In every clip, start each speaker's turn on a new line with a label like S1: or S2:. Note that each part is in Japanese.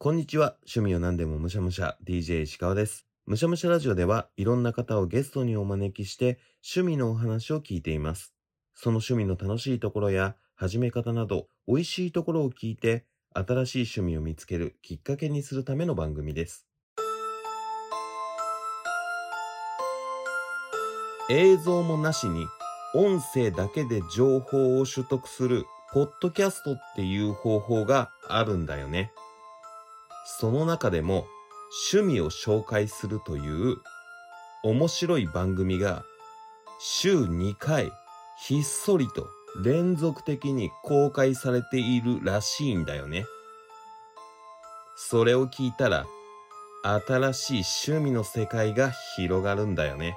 S1: こんにちは。趣味を何でもむしゃむしゃ、DJ 石川です。むしゃむしゃラジオでは、いろんな方をゲストにお招きして、趣味のお話を聞いています。その趣味の楽しいところや、始め方など、美味しいところを聞いて、新しい趣味を見つけるきっかけにするための番組です。映像もなしに、音声だけで情報を取得する、ポッドキャストっていう方法があるんだよね。その中でも趣味を紹介するという面白い番組が週2回ひっそりと連続的に公開されているらしいんだよね。それを聞いたら新しい趣味の世界が広がるんだよね。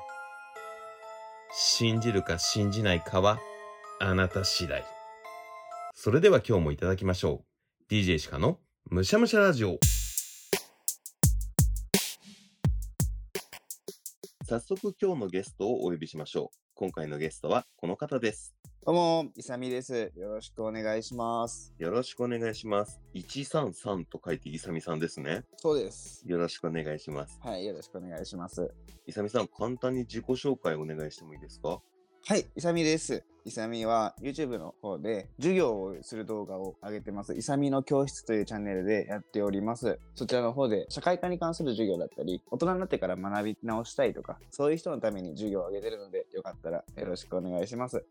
S1: 信じるか信じないかはあなた次第。それでは今日もいただきましょう。DJ シカのむしゃむしゃラジオ。早速今日のゲストをお呼びしましょう。今回のゲストはこの方です。
S2: どうも、いさみです。よろしくお願いします。
S1: よろしくお願いします。133と書いていさみさんですね。
S2: そうです。
S1: よろしくお願いします。
S2: はい、よろしくお願いします。
S1: いさみさん、簡単に自己紹介お願いしてもいいですか
S2: はい、いさみです。いさみは YouTube の方で授業をする動画を上げてます。いさみの教室というチャンネルでやっております。そちらの方で社会科に関する授業だったり、大人になってから学び直したいとか、そういう人のために授業を上げてるので、よかったらよろしくお願いします。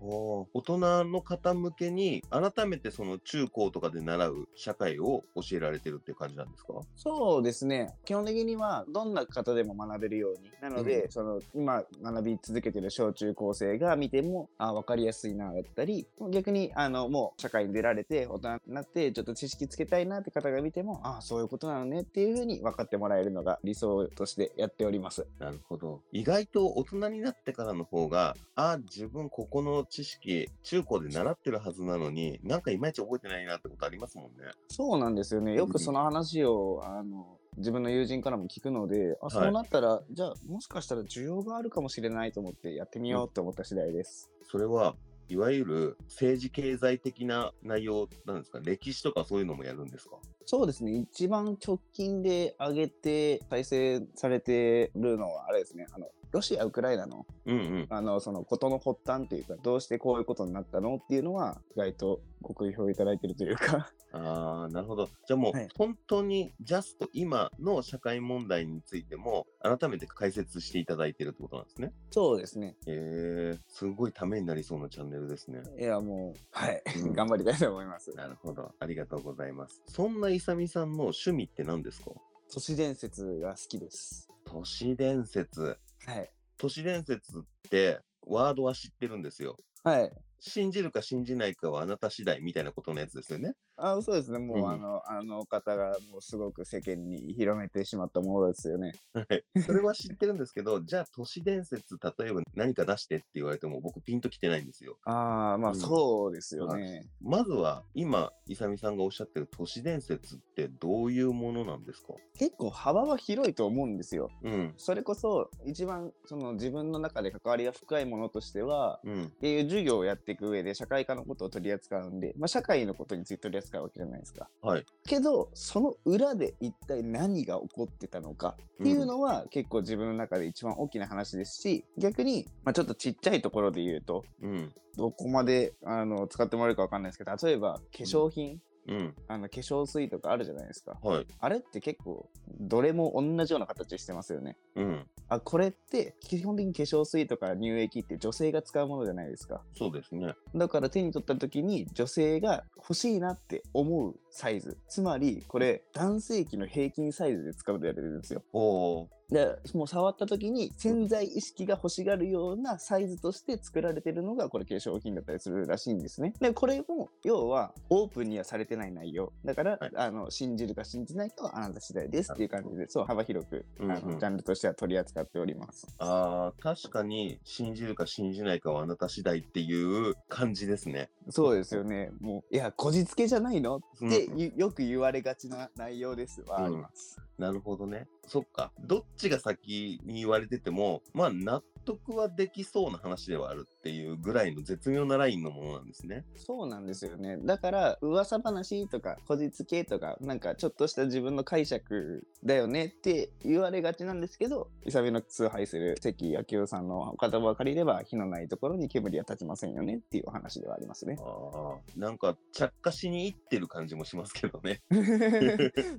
S1: 大人の方向けに改めてその中高とかで習う社会を教えられてるっていう感じなんですか
S2: そうですね基本的にはどんな方でも学べるようになの
S1: う
S2: で、その今学び続けてる小中高生が見てもあ分かりやすいなだったり逆にあのもう社会に出られて大人になってちょっと知識つけたいなって方が見てもあそういうことなのねっていうふうに分かってもらえるのが理想としてやっております。
S1: なるほど。意外と大人になってからの方が、あー自分ここの知識、中高で習ってるはずなのに、なんかいまいち覚えてないなってことありますもんね。
S2: そうなんですよね。よくその話を、あの、自分の友人からも聞くので、あ、そうなったら、じゃあ、もしかしたら需要があるかもしれないと思ってやってみようと思った次第です。
S1: それは、いわゆる政治経済的な内容なんですか歴史とかそういうのもやるんですか
S2: そうですね。一番直近で上げて、再生されてるのは、あれですね。あの、ロシア、ウクライナの、
S1: うんうん。
S2: あの、その、ことの発端というか、どうしてこういうことになったのっていうのは、意外とご好評いただいてるというか。
S1: ああ、なるほど。じゃあもう、
S2: はい
S1: 本当にジャスト今の社会問題についても、改めて解説していただいてるってことなんですね。
S2: そうですね。
S1: へえすごいためになりそうなチャンネルですね。
S2: いや、もう、はい。
S1: うん
S2: 頑張りたいと思います。
S1: なるほど。ありがとうございます。そんなイサミさんの趣味って何ですか
S2: 都市伝説が好きです。
S1: 都市伝説。
S2: はい。
S1: 都市伝説ってワードは知ってるんですよ。
S2: はい。
S1: 信じるか信じないかはあなた次第みたいなことのやつですよね。
S2: あそうですね、もう、
S1: うん
S2: あのあの方がもうすごく世間に広めてしまったものですよね。
S1: はい。それは知ってるんですけど、 じゃあ都市伝説、例えば何か出してって言われても僕ピンときてないんですよ。
S2: ああ、ま
S1: う
S2: あ
S1: ん
S2: そうですよね。
S1: まずは今、イサミさんがおっしゃってる都市伝説ってどういうものなんですか
S2: 結構幅は広いと思うんですよ。
S1: うん。
S2: それこそ一番その自分の中で関わりが深いものとしては、
S1: うん。
S2: っていう授業をやっていく上で社会科のことを取り扱うんで、まあ、社会のことについて取り扱うわけじゃないですか。
S1: はい。
S2: けどその裏で一体何が起こってたのかっていうのは結構自分の中で一番大きな話ですし逆に、まあ、ちょっとちっちゃいところで言うと
S1: うん。
S2: どこまであの使ってもらえるかわかんないですけど例えば化粧品、
S1: うん。
S2: あの化粧水とかあるじゃないですか
S1: はい。
S2: あれって結構どれも同じような形してますよね
S1: うん。
S2: あこれって基本的に化粧水とか乳液って女性が使うものじゃないですか
S1: そうですね。
S2: だから手に取った時に女性が欲しいなって思うサイズつまりこれ男性器の平均サイズで使うとやれるんですよ
S1: おー。
S2: でもう触った時に潜在意識が欲しがるようなサイズとして作られてるのがこれ化粧品だったりするらしいんですね。でこれも要はオープンにはされてない内容だから、
S1: はい
S2: あの信じるか信じないかはあなた次第ですっていう感じでそう幅広く、あ
S1: うんうん
S2: のジャンルとしては取り扱っております。
S1: ああ、確かに信じるか信じないかはあなた次第っていう感じですね。
S2: そうですよねもういやこじつけじゃないの
S1: う
S2: っ
S1: ん
S2: てゆよく言われがちな内容ですはあります。
S1: なるほどね。そっか。どっちが先に言われてても、まあ納得はできそうな話ではあるっていうぐらいの絶妙なラインのものなんですね。
S2: そうなんですよね。だから、噂話とか、こじつけとか、なんかちょっとした自分の解釈だよねって言われがちなんですけど、イサミの崇拝する関明夫さんのお言葉を借りれば、火のないところに煙は立ちませんよねっていうお話ではあります ね。
S1: ああ、なんか着火しに行ってる感じもしますけどね。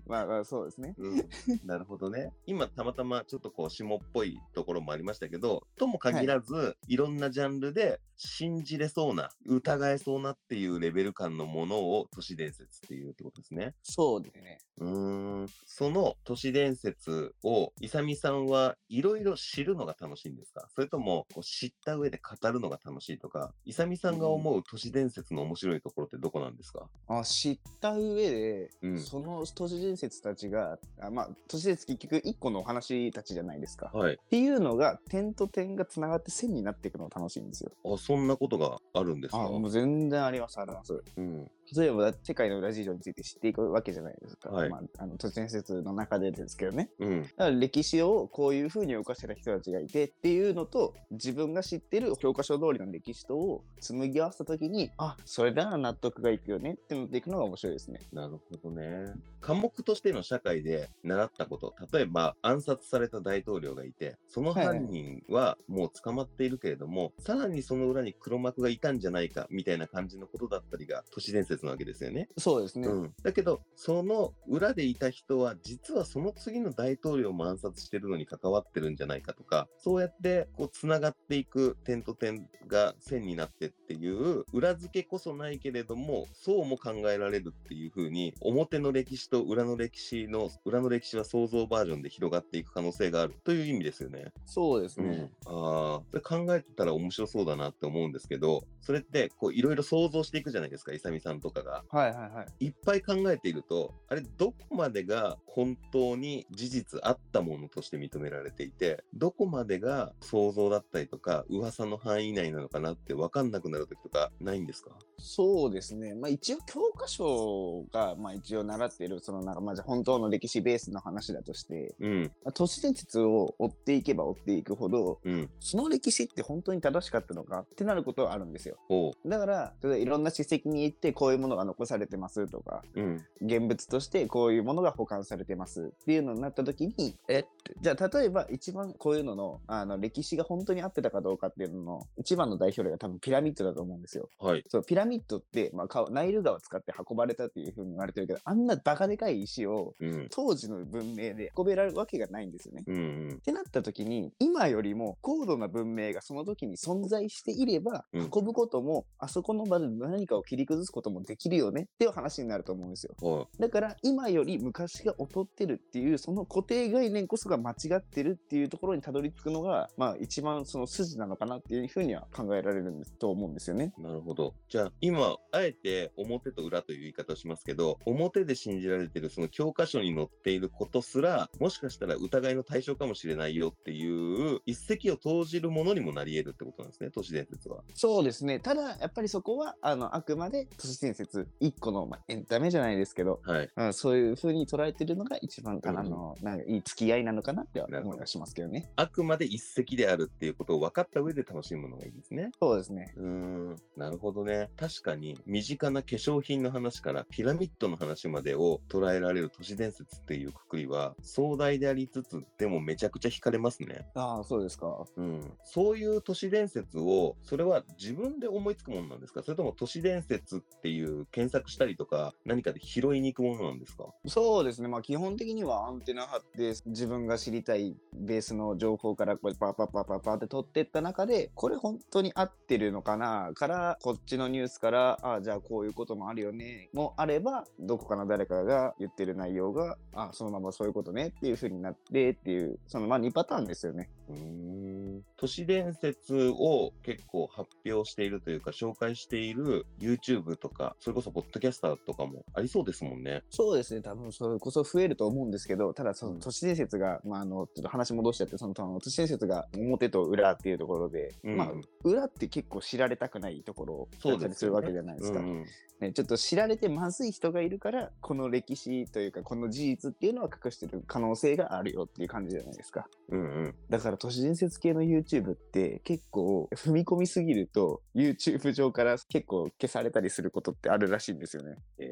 S2: まあまあ、そうですね。
S1: うん、なるほどね。今たまたまちょっとこう下っぽいところもありましたけど、とも限らず、い、ろんなジャンルで信じれそうな、疑えそうなっていうレベル感のものを都市伝説っていうってことですね。
S2: そうですね。
S1: うーん。その都市伝説を、イサミさんはいろいろ知るのが楽しいんですかそれともこう知った上で語るのが楽しいとか、イサミさんが思う都市伝説の面白いところってどこなんですか
S2: あ知った上で、
S1: うん
S2: その都市伝説たちが、あまあ、都市伝説結局一個のお話たちじゃないですか。
S1: はい。
S2: っていうのが、点と点がつながって線になっていくのが楽しいんですよ。
S1: あ、そんなことがあるんです
S2: あ
S1: か
S2: もう全然あります、あります。
S1: うん。
S2: 例えばだって世界の裏事情について知っていくわけじゃないですか、
S1: はい
S2: まあ、あの都市伝説の中でですけどね
S1: うん。
S2: だから歴史をこういうふうに動かしてた人たちがいてっていうのと自分が知ってる教科書通りの歴史とを紡ぎ合わせた時にあそれなら納得がいくよねって思っていくのが面白いですね。
S1: なるほどね。科目としての社会で習ったこと、例えば暗殺された大統領がいて、その犯人はもう捕まっているけれども、さらにその裏に黒幕がいたんじゃないかみたいな感じのことだったりが都市伝説なわけですよね。
S2: そうですね、
S1: うん、だけど、その裏でいた人は、実はその次の大統領も暗殺してるのに関わってるんじゃないかとか、そうやってこう繋がっていく点と点が線になってっていう、裏付けこそないけれども、そうも考えられるっていう風に、表の歴史と裏の歴史の、裏の歴史は想像バージョンで広がっていく可能性があるという意味ですよね。
S2: そうですね、
S1: ああ、それ考えてたら面白そうだなって思うんですけど、それってこういろいろ想像していくじゃないですか、イサミさんとかが。
S2: はいはいはい
S1: いっぱい考えていると、あれ、どこまでが本当に事実あったものとして認められていて、どこまでが想像だったりとか、噂の範囲内なのかなって分かんなくなる時とか、ないんですか
S2: そうですね、まあ、一応教科書が、まあ、一応習っているそのなんか、まあ、じゃあ本当の歴史ベースの話だとして、
S1: うん、
S2: まあ、都市伝説を追っていけば追っていくほど
S1: うん、
S2: その歴史って本当に正しかったのかってなることはあるんですよ。
S1: おう、
S2: だから、例えばいろんな史跡に行ってこういうものが残されてますとか、
S1: うん、
S2: 現物としてこういうものが保管されてますっていうのになった時に、えってじゃあ例えば一番こういうのの、あの、歴史が本当に合ってたかどうかっていうのの一番の代表例が多分ピラミッドだと思うんですよ。
S1: はい、
S2: そう、ピラミッドって、まあ川、ナイル川使って運ばれたっていうふうに言われてるけど、あんなバカでかい石を
S1: うん、
S2: 当時の文明で運べられるわけがないんですよね。
S1: うん、うん
S2: っ、てなった時に今よりも高度な文明がその時に存在していれば
S1: うん
S2: 運ぶことも、あそこの場で何かを切り崩すこともできるよねっていう話になると思うんですよ
S1: おう、
S2: だから今より昔が劣ってるっていうその固定概念こそが間違ってるっていうところにたどり着くのがまあ一番その筋なのかなっていうふうには考えられるんですと思うんですよね
S1: なるほど。じゃあ、今、あえて表と裏という言い方をしますけど、表で信じられてるその教科書に載っていることすら、もしかしたら疑いの対象かもしれないよっていう、一石を投じるものにもなり得るってことなんですね、都市伝説は。
S2: そうですねただやっぱりそこはあのあくまで都市伝説一個の、まあ、エンタメじゃないですけど
S1: はい。
S2: うん、そういう風に捉えてるのが一番かな、
S1: うん
S2: あのなんかいい付き合いなのかなっては
S1: なるほど
S2: 思いはしますけどね。
S1: あくまで一石であるっていうことを分かった上で楽しむのがいいですね。
S2: そうですね。
S1: うーん、なるほどね。確かに、身近な化粧品の話からピラミッドの話までを捉えられる都市伝説っていうくくりは、壮大でありつつ、でもめちゃくちゃ惹かれますね。
S2: ああそうですか。
S1: うん、そういう都市伝説を、それは自分で思いつくものなんですかそれとも都市伝説っていう検索したりとか、何かで拾いに行くものなんですか
S2: そうですね。まあ基本的にはアンテナ張って自分が知りたいベースの情報からこうパーパーパーパーパーって取ってった中でこれ本当に合ってるのかなからこっちのニュースからああじゃあこういうこともあるよねもあればどこかの誰かが言ってる内容があそのままそういうことねっていう風になってっていうそのまあ2パターンですよね。
S1: うーん都市伝説を結構発表しているというか、紹介している YouTube とか、それこそポッドキャスターとかもありそうですもんね。
S2: そうですね、多分それこそ増えると思うんですけど、ただその
S1: うん
S2: 都市伝説が、まあ、あのちょっと話戻しちゃって、そのあの都市伝説が表と裏っていうところで、
S1: うん
S2: まあ、裏って結構知られたくないところ
S1: そ
S2: だ
S1: う
S2: った
S1: で
S2: り
S1: す
S2: する
S1: よ
S2: わ
S1: ね
S2: けじゃないですか。
S1: うんうん
S2: ね、ちょっと知られてまずい人がいるから、この歴史というか、この事実っていうのは隠してる可能性があるよっていう感じじゃないですか。
S1: うんうん
S2: だから都市伝説系の YouTube って結構踏み込みすぎると YouTube 上から結構消されたりすることってあるらしいんですよね。
S1: え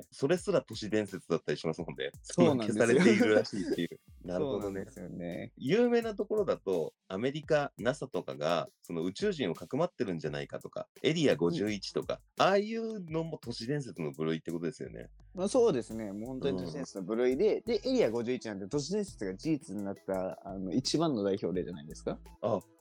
S1: ー、それすら都市伝説だったりしますもんね。
S2: そうなんですよ
S1: 消されているらしい っていう。なるほど
S2: そうなん
S1: ね
S2: で。すよね。
S1: 有名なところだと、アメリカ、NASA とかが、その宇宙人をかくまってるんじゃないかとか、エリア51とか、ああいうのも都市伝説の部類ってことですよね。
S2: まあ、そうですね。もう本当に都市伝説の部類で、で、エリア51なんて都市伝説が事実になったあの一番の代表例じゃないですか。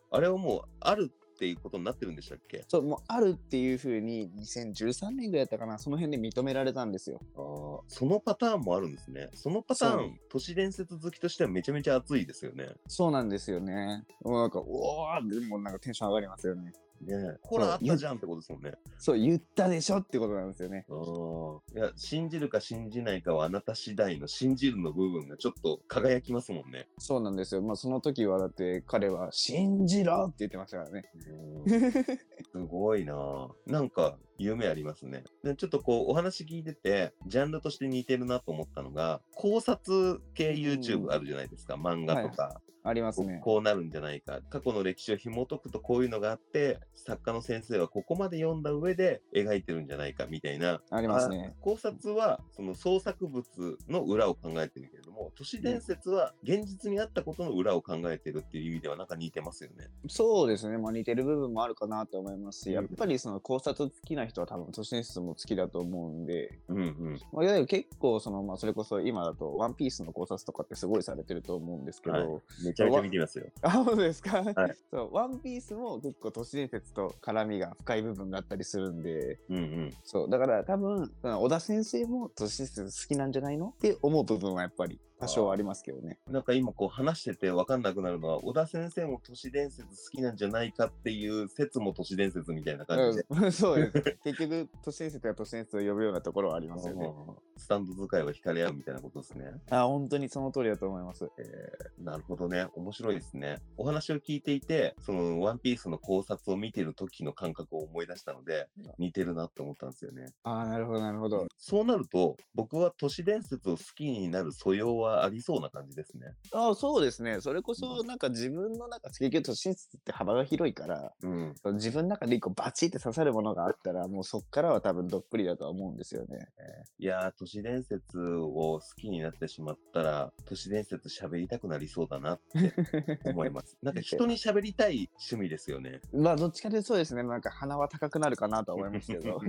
S1: あれはもう、あるっていうことになってるんでしたっけ
S2: そう、もうあるっていうふうに2013年ぐらいだったかな、その辺で認められたんですよ。
S1: あーそのパターンもあるんですね。そのパター
S2: そう
S1: ン、都市伝説好きとしてはめちゃめちゃ熱いですよね。
S2: そうなんですよね。もうなんか、おーって、もうなんかテンション上がりますよね。
S1: ねえほら、あったじゃんってことですもんね。
S2: そう、言ったでしょってことなんですよね。
S1: あーいや信じるか信じないかはあなた次第の信じるの部分がちょっと輝きますもんね。
S2: そうなんですよ。まあ、その時はだって彼は、信じろって言ってましたからね。
S1: すごいなあなんか夢ありますね。でちょっとこうお話聞いててジャンルとして似てるなと思ったのが考察系 YouTube あるじゃないですか、漫画とか、
S2: あります
S1: こ
S2: ね。
S1: こうなるんじゃないか過去の歴史を紐解くとこういうのがあって作家の先生はここまで読んだ上で描いてるんじゃないかみたいな
S2: ありますね。
S1: あ考察はその創作物の裏を考えてるけれども都市伝説は現実にあったことの裏を考えてるっていう意味ではなんか似てますよね。
S2: そうですね、まあ、似てる部分もあるかなと思いますし、
S1: うん
S2: やっぱりその考察好きな人は多分都市伝説も好きだと思うんで、
S1: うんうん。
S2: まあ、いわゆる結構その、まあ、それこそ今だとワンピースの考察とかってすごいされてると思うんですけど、
S1: はいめちゃめちゃ見てますよ。
S2: あ、そうですか、
S1: はい
S2: そう。ワンピースも結構都市伝説と絡みが深い部分があったりするんで、
S1: うんうん。
S2: そう、だから多分、その小田先生も都市伝説好きなんじゃないのって思う部分はやっぱり多少はありますけどね。
S1: なんか今こう話してて分かんなくなるのは小田先生も都市伝説好きなんじゃないかっていう説も都市伝説みたいな感じで。
S2: うん そうです。結局、都市伝説が都市伝説を呼ぶようなところはあり
S1: あ
S2: ますよね。
S1: ースタンド使いは惹かれ合うみたいなことですね。
S2: あ、本当にその通りだと思います。
S1: なるほどね。面白いですね。お話を聞いていて、そのワンピースの考察を見てる時の感覚を思い出したので、似てるなって思ったんですよね。
S2: ああ、なるほど、なるほど。
S1: そうなると、僕は都市伝説を好きになる素養はありそうな感じですね。
S2: ああ、そうですね。それこそ、なんか自分の中、結局都市伝説って幅が広いから、
S1: うん。
S2: その自分の中で一個バチって刺さるものがあったら、もうそっからは多分どっぷりだとは思うんですよね。
S1: いやー、都市伝説を好きになってしまったら、都市伝説喋りたくなりそうだなって思い ます。なんか人に喋りたい趣味ですよね。
S2: まあ、どっちかでそうですね。なんか鼻は高くなるかなとは思いますけ ど。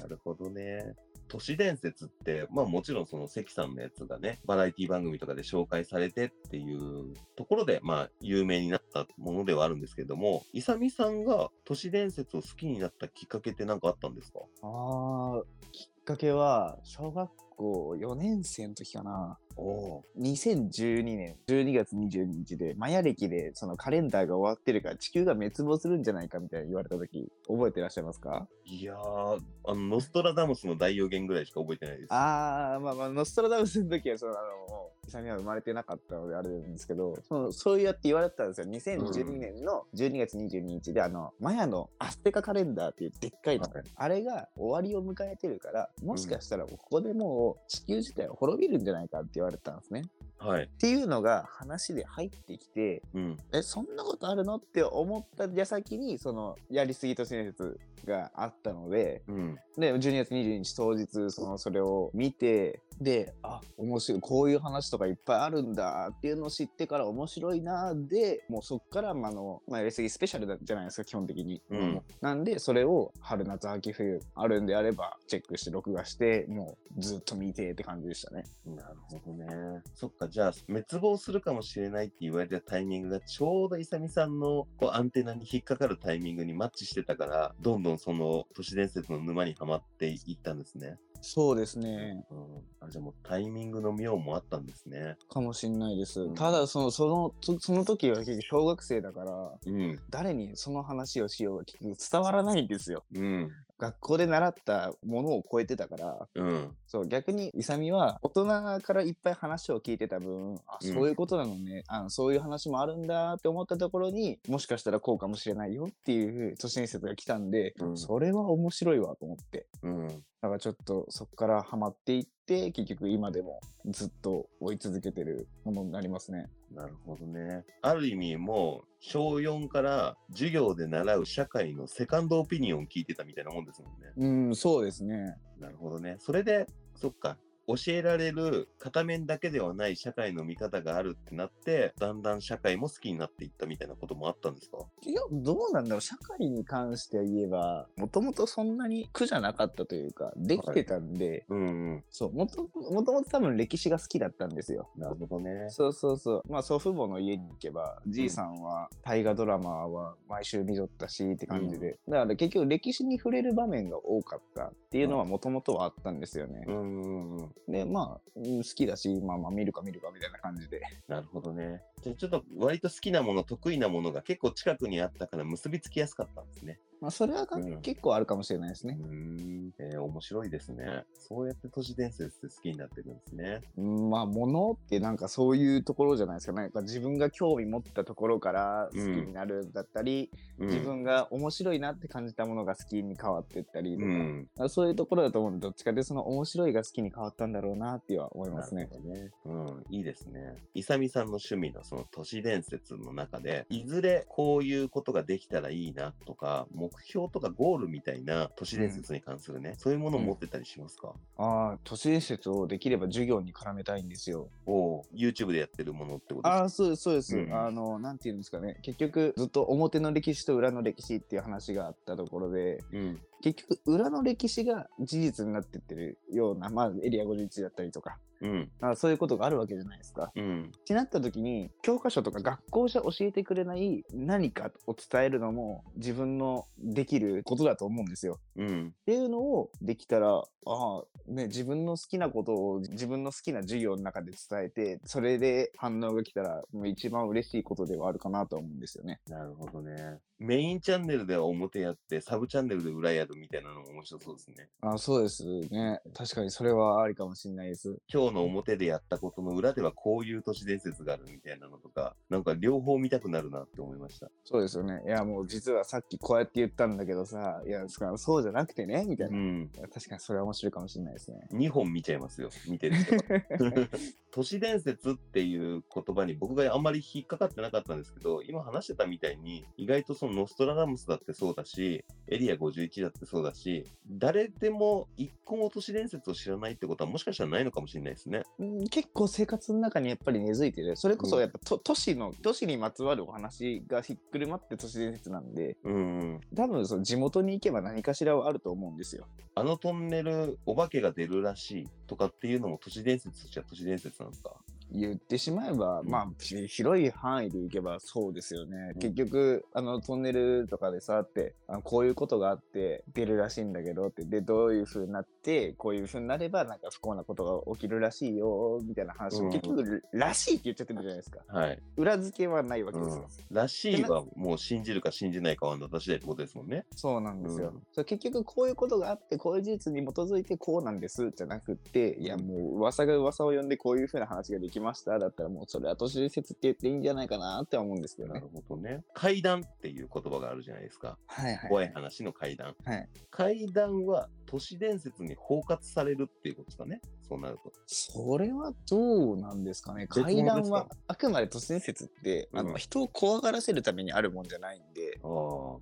S1: なるほどね。都市伝説って、まあもちろんその関さんのやつがね、バラエティ番組とかで紹介されてっていうところで、まあ有名になったものではあるんですけども、イサミさんが都市伝説を好きになったきっかけって何かあったんですか
S2: ああ、きっかけは、小学校4年生の時かな。
S1: お
S2: 2012年12月22日で、マヤ暦でそのカレンダーが終わってるから地球が滅亡するんじゃないかみたいに言われた時、覚えてらっしゃいますか
S1: いやー、あの、ノストラダムスの大予言ぐらいしか覚えてないです。
S2: ああ、まあまあ、ノストラダムスの時は、その、あの、もうイサミは生まれてなかったのであれなんですけど、その、そうやって言われてたんですよ。2012年の12月22日で、あの、マヤのアステカカレンダーっていうでっかいの。
S1: はい
S2: あれが終わりを迎えてるから、もしかしたらここでもう地球自体は滅びるんじゃないかって言われてたんですね。っ
S1: はい。
S2: ていうのが話で入ってきて、
S1: うん。
S2: えそんなことあるのって思った矢先にそのやりすぎ都市伝説があったので
S1: うん。
S2: で12月22日当日そのそれを見てであ面白いこういう話とかいっぱいあるんだっていうのを知ってから面白いなでもうそっからまああの、まあ、やりすぎスペシャルじゃないですか基本的に、
S1: うん
S2: なんでそれを春夏秋冬あるんであればチェックして録画してもうずっと見てって感じでしたね
S1: なるほどね。そっか、じゃあ、滅亡するかもしれないって言われたタイミングが、ちょうどイサミさんのこうアンテナに引っかかるタイミングにマッチしてたから、どんどんその都市伝説の沼にはまっていったんですね。
S2: そうですね
S1: うん、あじゃあもうタイミングの妙もあったんですね。
S2: かもしんないです、
S1: うん
S2: ただそのそのそその時は結局小学生だから
S1: うん。
S2: 誰にその話をしようが結局伝わらないんですよ
S1: うん。
S2: 学校で習ったものを超えてたから
S1: うん。
S2: そう逆にイサミは大人からいっぱい話を聞いてた分あ
S1: うん
S2: そういうことなのね、あそういう話もあるんだって思ったところにもしかしたらこうかもしれないよっていう都市伝説が来たんで、
S1: うん
S2: それは面白いわと思って
S1: うん。
S2: だからちょっとそこからハマっていって、結局今でもずっと追い続けてるものになりますね。
S1: なるほどね。ある意味もう小4から授業で習う社会のセカンドオピニオン聞いてたみたいなもんですもんね。
S2: うん、そうですね。
S1: なるほどね。それで、そっか。教えられる片面だけではない社会の見方があるってなって、だんだん社会も好きになっていったみたいなこともあったんですか
S2: いや、どうなんだろう。社会に関して言えば、もともとそんなに苦じゃなかったというか、できてたんで、
S1: うんうん。
S2: そう、もともともと多分歴史が好きだったんですよ。
S1: なるほどね。
S2: そうそうそう。まあ祖父母の家に行けば、じいさんは大河ドラマは毎週見とったしって感じで。だから結局歴史に触れる場面が多かったっていうのはもともとはあったんですよね
S1: う。んうんうん。
S2: で、まあ、うん好きだし、まあまあ見るか見るかみたいな感じで。
S1: なるほどね。じゃあちょっと割と好きなもの、得意なものが結構近くにあったから結びつきやすかったんですね。
S2: まあそれはか
S1: うん
S2: 結構あるかもしれないです
S1: う
S2: ね。
S1: ん。えー面白いですね。そうやって都市伝説って好きになっていくんですね。
S2: うん、まあ物ってなんかそういうところじゃないですか。なんか自分が興味持ったところから好きになるんだったり、
S1: うん
S2: 自分が面白いなって感じたものが好きに変わってったりとか、
S1: うん。
S2: あそういうところだと思うんで、どっちかでその面白いが好きに変わったんだろうなっては思いますね
S1: な。るほどね。うん、いいですね。いさみさんの趣味のその都市伝説の中で、いずれこういうことができたらいいなとか、目標とかゴールみたいな都市伝説に関するね、そういうものを持ってたりしますか、
S2: ああ、都市伝説をできれば授業に絡めたいんで すよ。
S1: おう YouTube でやってるものってことです
S2: あ
S1: か
S2: あ、そうです、そうです。
S1: うん
S2: あの、なんていうんですかね。結局、ずっと表の歴史と裏の歴史っていう話があったところで、
S1: うん。
S2: 結局、裏の歴史が事実になってってるような、まあ、エリア51だったりとか、
S1: うん。
S2: あそういうことがあるわけじゃないですか。
S1: うん。
S2: ってなった時に教科書とか学校じゃ教えてくれない何かを伝えるのも自分のできることだと思うんですよ。
S1: うん。
S2: っていうのをできたらああ、ね、自分の好きなことを自分の好きな授業の中で伝えてそれで反応が来たらもう一番嬉しいことではあるかなと思うんですよね。
S1: なるほどね。メインチャンネルでは表やって、サブチャンネルで裏やるみたいなのも面白そうですね。
S2: あそうですね確かにそれはありかもしれないです。
S1: 今日の表でやったことの裏ではこういう都市伝説があるみたいなのとか、なんか両方見たくなるなって思いました。
S2: そうですよね。いやもう実はさっきこうやって言ったんだけどさいやそうじゃなくてねみたいな。
S1: う
S2: い
S1: ん。
S2: や確かにそれは面白いかもしれないで すね。
S1: 2本見ちゃいますよ、見てる人は都市伝説っていう言葉に僕があんまり引っかかってなかったんですけど、今話してたみたいに、意外とそのノストラダムスだってそうだし、エリア51だってそうだし、誰でも一個も都市伝説を知らないってことはもしかしたらないのかもしれないですね。
S2: うん結構生活の中にやっぱり根付いてるそれこ
S1: う
S2: そ
S1: ん
S2: やっぱと、都市の都市にまつわるお話がひっくるまって都市伝説なんで
S1: うんうん。
S2: 多分その地元に行けば何かしらはあると思うんですよ
S1: あのトンネル、お化けが出るらしいとかっていうのも都市伝説としては都市伝説なんですか
S2: 言ってしまえば、
S1: うん
S2: まあひ広い範囲で行けばそうですよね、
S1: うん
S2: 結局あのトンネルとかでさってあこういうことがあって出るらしいんだけどってでどういう風になってこういう風になればなんか不幸なことが起きるらしいよみたいな話を、
S1: うん
S2: 結局らしいって言っちゃってるじゃないですか
S1: はい。
S2: 裏付けはないわけですよ、
S1: うん。らしいはもう信じるか信じないかはあなた次第ってことですもんね。
S2: そうなんですよ。
S1: うん
S2: そう結局こういうことがあってこういう事実に基づいてこうなんですじゃなくっていやもう噂が噂を呼んでこういうふうな話ができましただったらもうそれは都市伝説って言っていいんじゃないかなって思うんですけど
S1: な
S2: ね
S1: る。ほどね。怪談っていう言葉があるじゃないですか。
S2: はいはい、
S1: 怖い話の怪談。
S2: はい
S1: 怪談は都市伝説に包括されるっていうことですかね。そうなると。
S2: それはどうなんですかね
S1: 別物です
S2: 階
S1: か
S2: 段はあくまで都市伝説って、あ
S1: う
S2: の
S1: ん
S2: 人を怖がらせるためにあるもんじゃないんで
S1: あ
S2: そ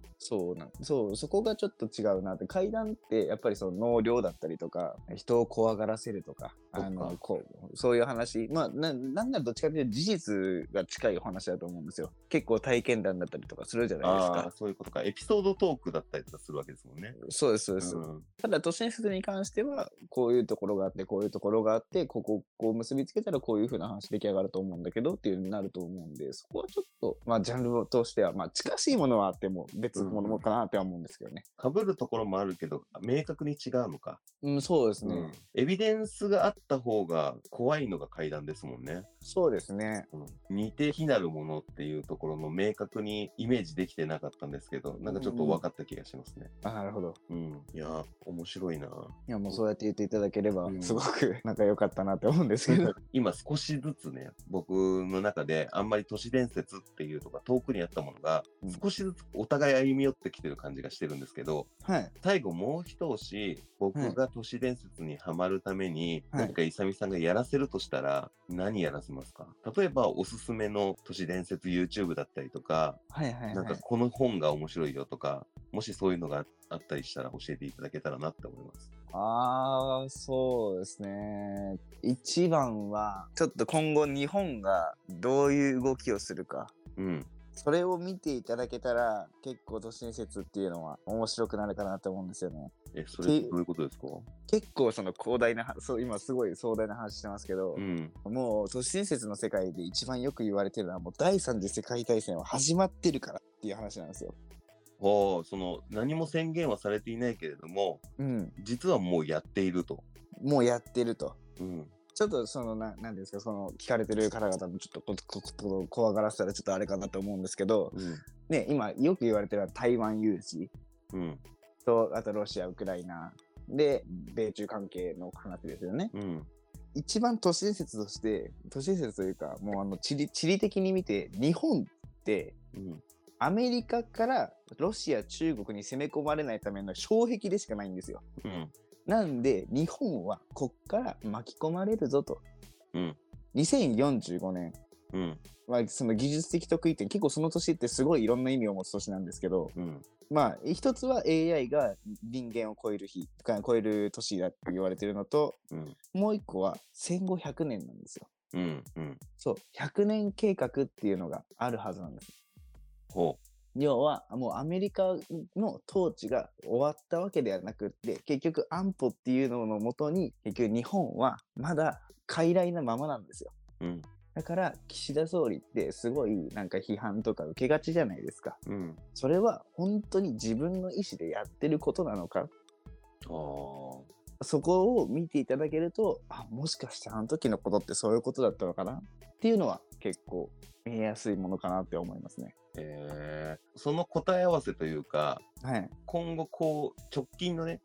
S2: うなんそうそこがちょっと違うなって階段ってやっぱりその能量だったりとか人を怖がらせるとかあ
S1: そ
S2: の
S1: っか
S2: こうそういう話まあななんならどっちかというと事実が近いお話だと思うんですよ結構体験談だったりとかするじゃ
S1: あ。
S2: ないです
S1: ああ
S2: か
S1: ー、そういうことか。エピソードトークだったりとかするわけですもんね。
S2: そうですそうです、
S1: うん
S2: ただ都市伝説に関してはこういうところがあってこういうところがあってここをこう結びつけたらこういうふうな話出来上がると思うんだけどっていうのになると思うんでそこはちょっとまあジャンルとしてはまあ近しいものはあっても別物かなっては思うんですけどね。
S1: かぶるところもあるけど、明確に違うのか。
S2: うん、そうですね。
S1: うんエビデンスがあった方が怖いのが怪談ですもんね。
S2: そうですね。
S1: うん似て非なるものっていうところの明確にイメージできてなかったんですけど、なんかちょっと分かった気がしますね。
S2: あなるほど。
S1: うん。いやー、面面白いな。
S2: いやもうそうやって言っていただければ
S1: うん
S2: すごく 仲良かったなって思うんですけど
S1: 今少しずつね、僕の中であんまり都市伝説っていうとか遠くにあったものが
S2: うん
S1: 少しずつお互い歩み寄ってきてる感じがしてるんですけど、
S2: はい
S1: 最後もう一押し、僕が都市伝説にはまるために、
S2: はい
S1: 何かイサミさんがやらせるとしたら何やらせますか例えばおすすめの都市伝説 YouTube だったりとか、
S2: はいはい
S1: なん
S2: は
S1: か
S2: い
S1: この本が面白いよとか、もしそういうのがあったりしたら教えていただけたらなって思います。
S2: ああそうですね一番はちょっと今後日本がどういう動きをするか
S1: うん。
S2: それを見ていただけたら結構都市伝説っていうのは面白くなるかなと思うんですよね
S1: え、それってどういうことですか
S2: 結構その広大なそう今すごい壮大な話してますけど
S1: う、ん。
S2: もう都市伝説の世界で一番よく言われてるのはもう第三次世界大戦は始まってるからっていう話なんですよ。
S1: ああ、その何も宣言はされていないけれども、
S2: うん、
S1: 実はもうやっていると。
S2: もうやってると。
S1: うん。
S2: ちょっとそのななんですかその聞かれてる方々もちょっとこここ怖がらせたらちょっとあれかなと思うんですけど、
S1: うん。
S2: ね、今よく言われてるのは台湾有事
S1: うん。
S2: とあとロシアウクライナで米中関係の話ですよね。
S1: うん。
S2: 一番都市伝説として都市伝説というかもうあの地理地理的に見て日本って
S1: うん。
S2: アメリカからロシア、中国に攻め込まれないための障壁でしかないんですよ。
S1: うん。
S2: なんで、日本はこっから巻き込まれるぞと。
S1: うん
S2: 2045年、
S1: うん。
S2: まあ、その技術的得意点、結構その年ってすごいいろんな意味を持つ年なんですけど、
S1: うん。
S2: まあ、一つは AI が人間を超える日、が超える年だって言われてるのと、
S1: うん。
S2: もう一個は戦後100年なんですよ。
S1: うん。うん。
S2: そう、100年計画っていうのがあるはずなんです。
S1: ほ
S2: 要はもうアメリカの統治が終わったわけではなくって結局安保っていうののもとに結局日本はまだ傀儡なままなんですよ
S1: う。うん。
S2: だから岸田総理ってすごいなんか批判とか受けがちじゃないですか
S1: うん。
S2: それは本当に自分の意思でやってることなのか
S1: ああ。
S2: そこを見ていただけるとあもしかしてあの時のことってそういうことだったのかなっていうのは結構見えやすいものかなって思いますね
S1: えー、その答え合わせというか、
S2: はい
S1: 今後こう直近のね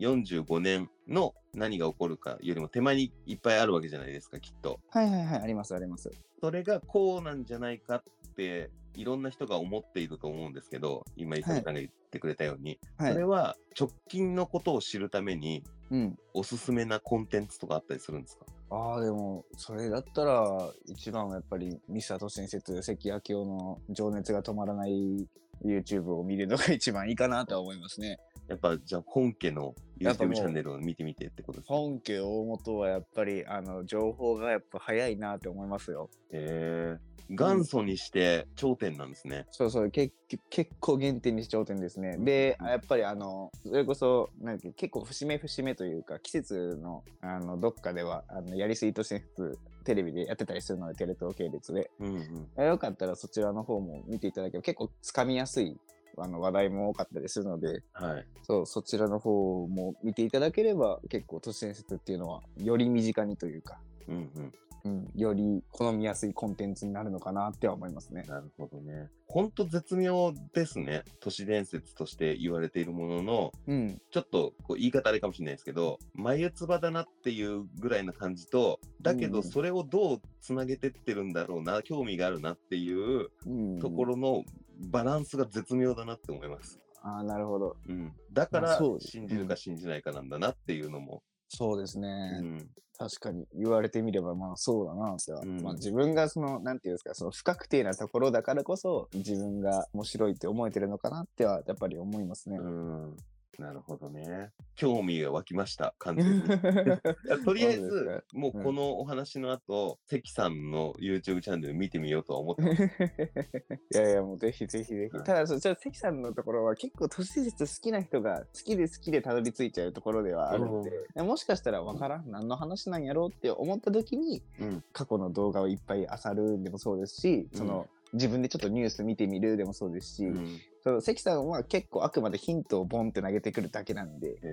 S1: 2045年の何が起こるかよりも手前にいっぱいあるわけじゃないですかきっと
S2: はいはいはいありますあります
S1: それがこうなんじゃないかっていろんな人が思っていると思うんですけど今伊佐さんが言ってくれたように、
S2: はい
S1: それは直近のことを知るために
S2: うん
S1: おすすめなコンテンツとかあったりするんですか
S2: ああ、でも、それだったら、一番はやっぱり、ミスター都市伝説、関明夫の情熱が止まらない YouTube を見るのが一番いいかなとは思いますね。
S1: やっぱじゃあ本家の
S2: やっぱも
S1: YouTube
S2: う
S1: チャンネルを見てみてってことですね。
S2: 本家大元はやっぱり、あの、情報がやっぱ早いなって思いますよ。
S1: えー、元祖にして頂点なんですね。
S2: そうそう、け結構原点に頂点ですね。で、やっぱりあの、それこそ、なんか結構節目節目というか、季節の、あの、どっかでは、あの、やりすぎ都市伝説、テレビでやってたりするので、テレ東系列で。
S1: うんうん
S2: えよかったらそちらの方も見ていただければ結構つかみやすいあの話題も多かったりするので
S1: はい、
S2: そうそちらの方も見ていただければ結構都市伝説っていうのはより身近にというか、
S1: うんうん
S2: うん、より好みやすいコンテンツになるのかなっては思いますね。
S1: なるほどね。ほんと絶妙ですね。都市伝説として言われているものの、
S2: うん、
S1: ちょっとこう言い方あれかもしれないですけど、眉唾だなっていうぐらいな感じと、だけ
S2: う
S1: ど
S2: ん
S1: それをどうつなげてってるんだろうな、興味があるなっていう
S2: うん、
S1: ところのバランスが絶妙だなって思います。
S2: ああなるほど
S1: うん、だか
S2: まあ
S1: ら
S2: そう
S1: 信じるか信じないかなんだなっていうのも、
S2: そうですね、
S1: うん
S2: 確かに言われてみればまあそうだなっては、
S1: うん
S2: まあ、自分がそのなんていうんですかその不確定なところだからこそ自分が面白いって思えてるのかなってはやっぱり思いますね。
S1: うんなるほどね。興味が湧きました、完全 に。いやとりあえ
S2: そうです
S1: ず
S2: か、
S1: もうこのお話の後、関さんの YouTube チャンネル見てみようとは思ってます。
S2: いやいや、もうぜひぜひぜひ。
S1: はい
S2: ただ、そう、ちょっと関さんのところは結構都市伝説好きな人が好きで好きでたどり着いちゃうところではあるんで、もしかしたらわからん、何の話なんやろうって思った時に、
S1: うん
S2: 過去の動画をいっぱい漁るでもそうですし、その、自分でちょっとニュース見てみるでもそうですし、
S1: うん
S2: その関さんは結構あくまでヒントをボンって投げてくるだけなんで、
S1: え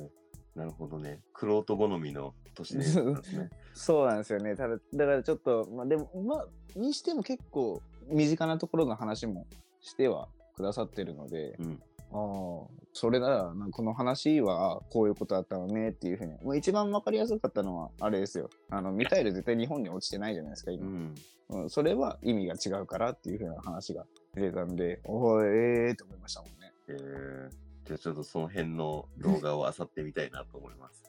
S1: ーなるほどね。クロート好みの都市伝説なんですね。
S2: そうなんですよね。ただ、だからちょっと、まあでも、まあ、にしても結構身近なところの話もしてはくださってるので、
S1: うん
S2: ああ、それなら、なんかこの話はこういうことだったのねっていうふうに。まあ、一番わかりやすかったのは、あれですよ。あの、ミサイル絶対日本に落ちてないじゃないですか、今。
S3: ん。
S2: うん、それは意味が違うからっていうふうな話が出たんで、おーええーって思いましたもんね。
S3: えー、じゃあちょっとその辺の動画を漁ってみたいなと思います。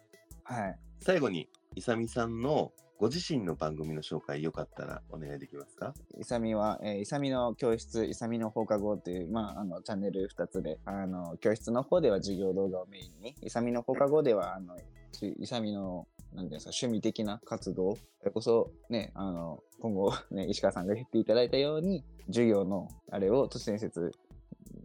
S2: はい。
S3: 最後に、いさみさんのご自身の番組の紹介よかったらお願いできますか
S2: イサミは、えー、イサミの教室、イサミの放課後っていう、まあ、あの、チャンネル2つで、あの、教室の方では授業動画をメインに、イサミの放課後では、あの、しイサミの、なんていうんですか、趣味的な活動、それこそ、ね、あの、今後、ね、石川さんが言っていただいたように、授業の、あれを、都市伝説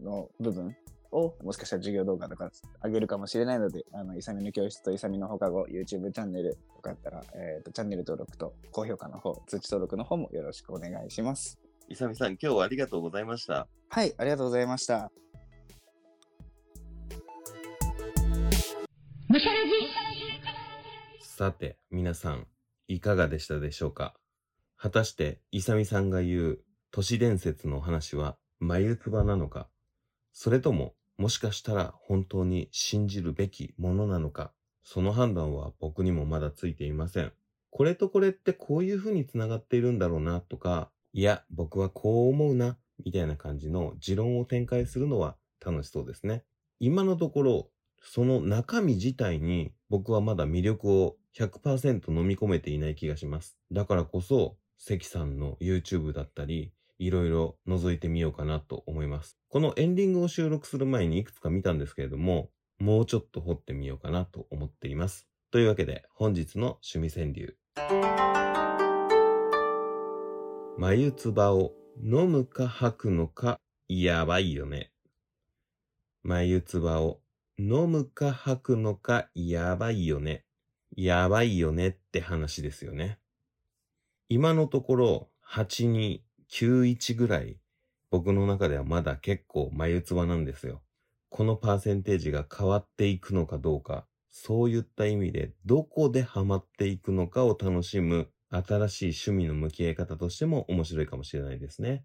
S2: の部分を、もしかしたら授業動画とか上げるかもしれないので、あの、イサミの教室とイサミの放課後、YouTube チャンネル、よかったら、えっ、と、チャンネル登録と高評価の方、通知登録の方もよろしくお願いします。
S3: いさみさん、今日はありがとうございました。
S2: はい、ありがとうございました。
S4: むしゃらじ
S3: さて、皆さん、いかがでしたでしょうか果たして、いさみさんが言う都市伝説のお話は眉唾なのかそれとも、もしかしたら本当に信じるべきものなのかその判断は僕にもまだついていません。これとこれってこういう風に繋がっているんだろうなとか、いや、僕はこう思うな、みたいな感じの持論を展開するのは楽しそうですね。今のところ、その中身自体に僕はまだ魅力を100%飲み込めていない気がします。だからこそ、関さんの YouTube だったり、いろいろ覗いてみようかなと思います。このエンディングを収録する前にいくつか見たんですけれども、もうちょっと掘ってみようかなと思っています。というわけで、本日の趣味川柳。眉唾を飲むか吐くのか、やばいよね。眉唾を飲むか吐くのかやばいよね。やばいよねって話ですよね。今のところ8291ぐらい僕の中ではまだ結構眉唾なんですよ。このパーセンテージが変わっていくのかどうか、そういった意味でどこでハマっていくのかを楽しむ新しい趣味の向き合い方としても面白いかもしれないですね。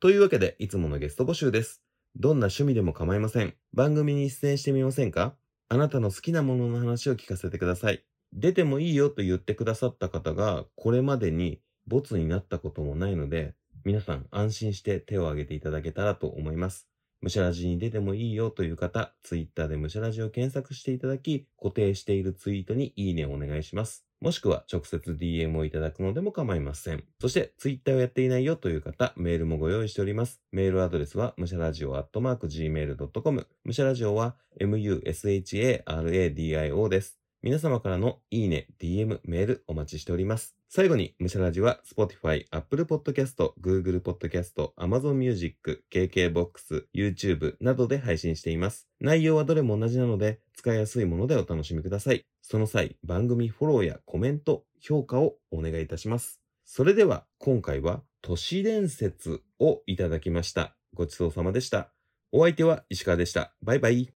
S3: というわけでいつものゲスト募集です。どんな趣味でも構いません。番組に出演してみませんかあなたの好きなものの話を聞かせてください。出てもいいよと言ってくださった方が、これまでにボツになったこともないので、皆さん安心して手を挙げていただけたらと思います。むしゃらじに出てもいいよという方、ツイッターでむしゃらじを検索していただき、固定しているツイートにいいねをお願いします。もしくは直接 DM をいただくのでも構いません。そしてツイッターをやっていないよという方、メールもご用意しております。メールアドレスは、むしゃらじお gmail.com。むしゃらじおは musharadio です。皆様からのいいね、DM、メールお待ちしております。最後に、むしゃらじは Spotify、Apple Podcast、Google Podcast、Amazon Music、KKBOX、YouTube などで配信しています。内容はどれも同じなので、使いやすいものでお楽しみください。その際、番組フォローやコメント、評価をお願いいたします。それでは、今回は都市伝説をいただきました。ごちそうさまでした。お相手は石川でした。バイバイ。